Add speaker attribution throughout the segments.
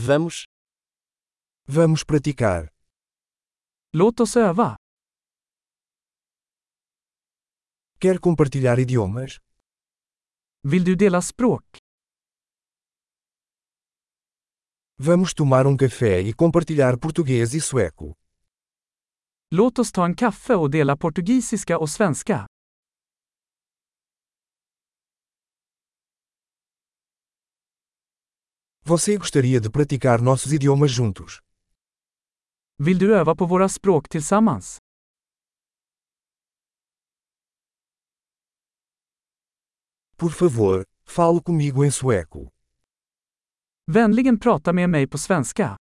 Speaker 1: Vamos.
Speaker 2: Vamos praticar.
Speaker 3: Låt oss öva.
Speaker 2: Quer compartilhar idiomas?
Speaker 3: Vill du dela språk?
Speaker 2: Vamos tomar um café e compartilhar português e sueco.
Speaker 3: Låt oss ta en kaffe och dela portugisiska och svenska.
Speaker 2: Você gostaria de praticar nossos idiomas juntos?
Speaker 3: Vill du öva på våra språk tillsammans?
Speaker 2: Por favor, fale comigo em sueco.
Speaker 3: Vänligen prata med mig på svenska.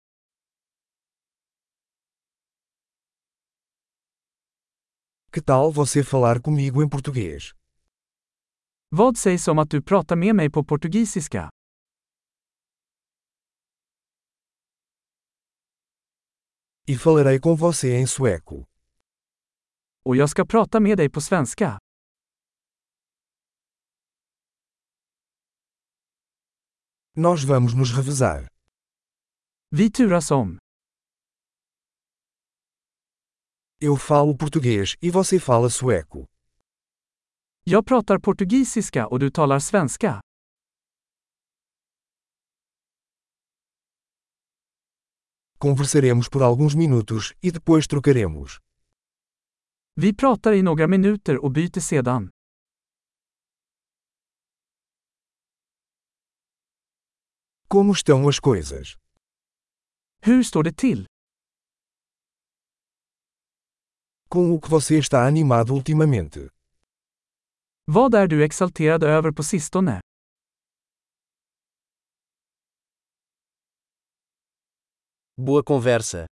Speaker 2: Que tal você falar comigo em português?
Speaker 3: Vad sägs om att du pratar med mig på portugisiska?
Speaker 2: E falarei com você em sueco.
Speaker 3: Och jag ska prata med dig på svenska.
Speaker 2: Nós vamos nos revezar.
Speaker 3: Vi turas om.
Speaker 2: Eu falo português e você fala sueco.
Speaker 3: Jag pratar portugisiska och du talar svenska.
Speaker 2: Conversaremos por alguns minutos e depois trocaremos.
Speaker 3: Vi pratar i några minuter och byter sedan.
Speaker 2: Como estão as coisas?
Speaker 3: Hur står det till?
Speaker 2: Com o que você está animado ultimamente?
Speaker 3: Vad är du exalterad över på sistone?
Speaker 1: Boa conversa.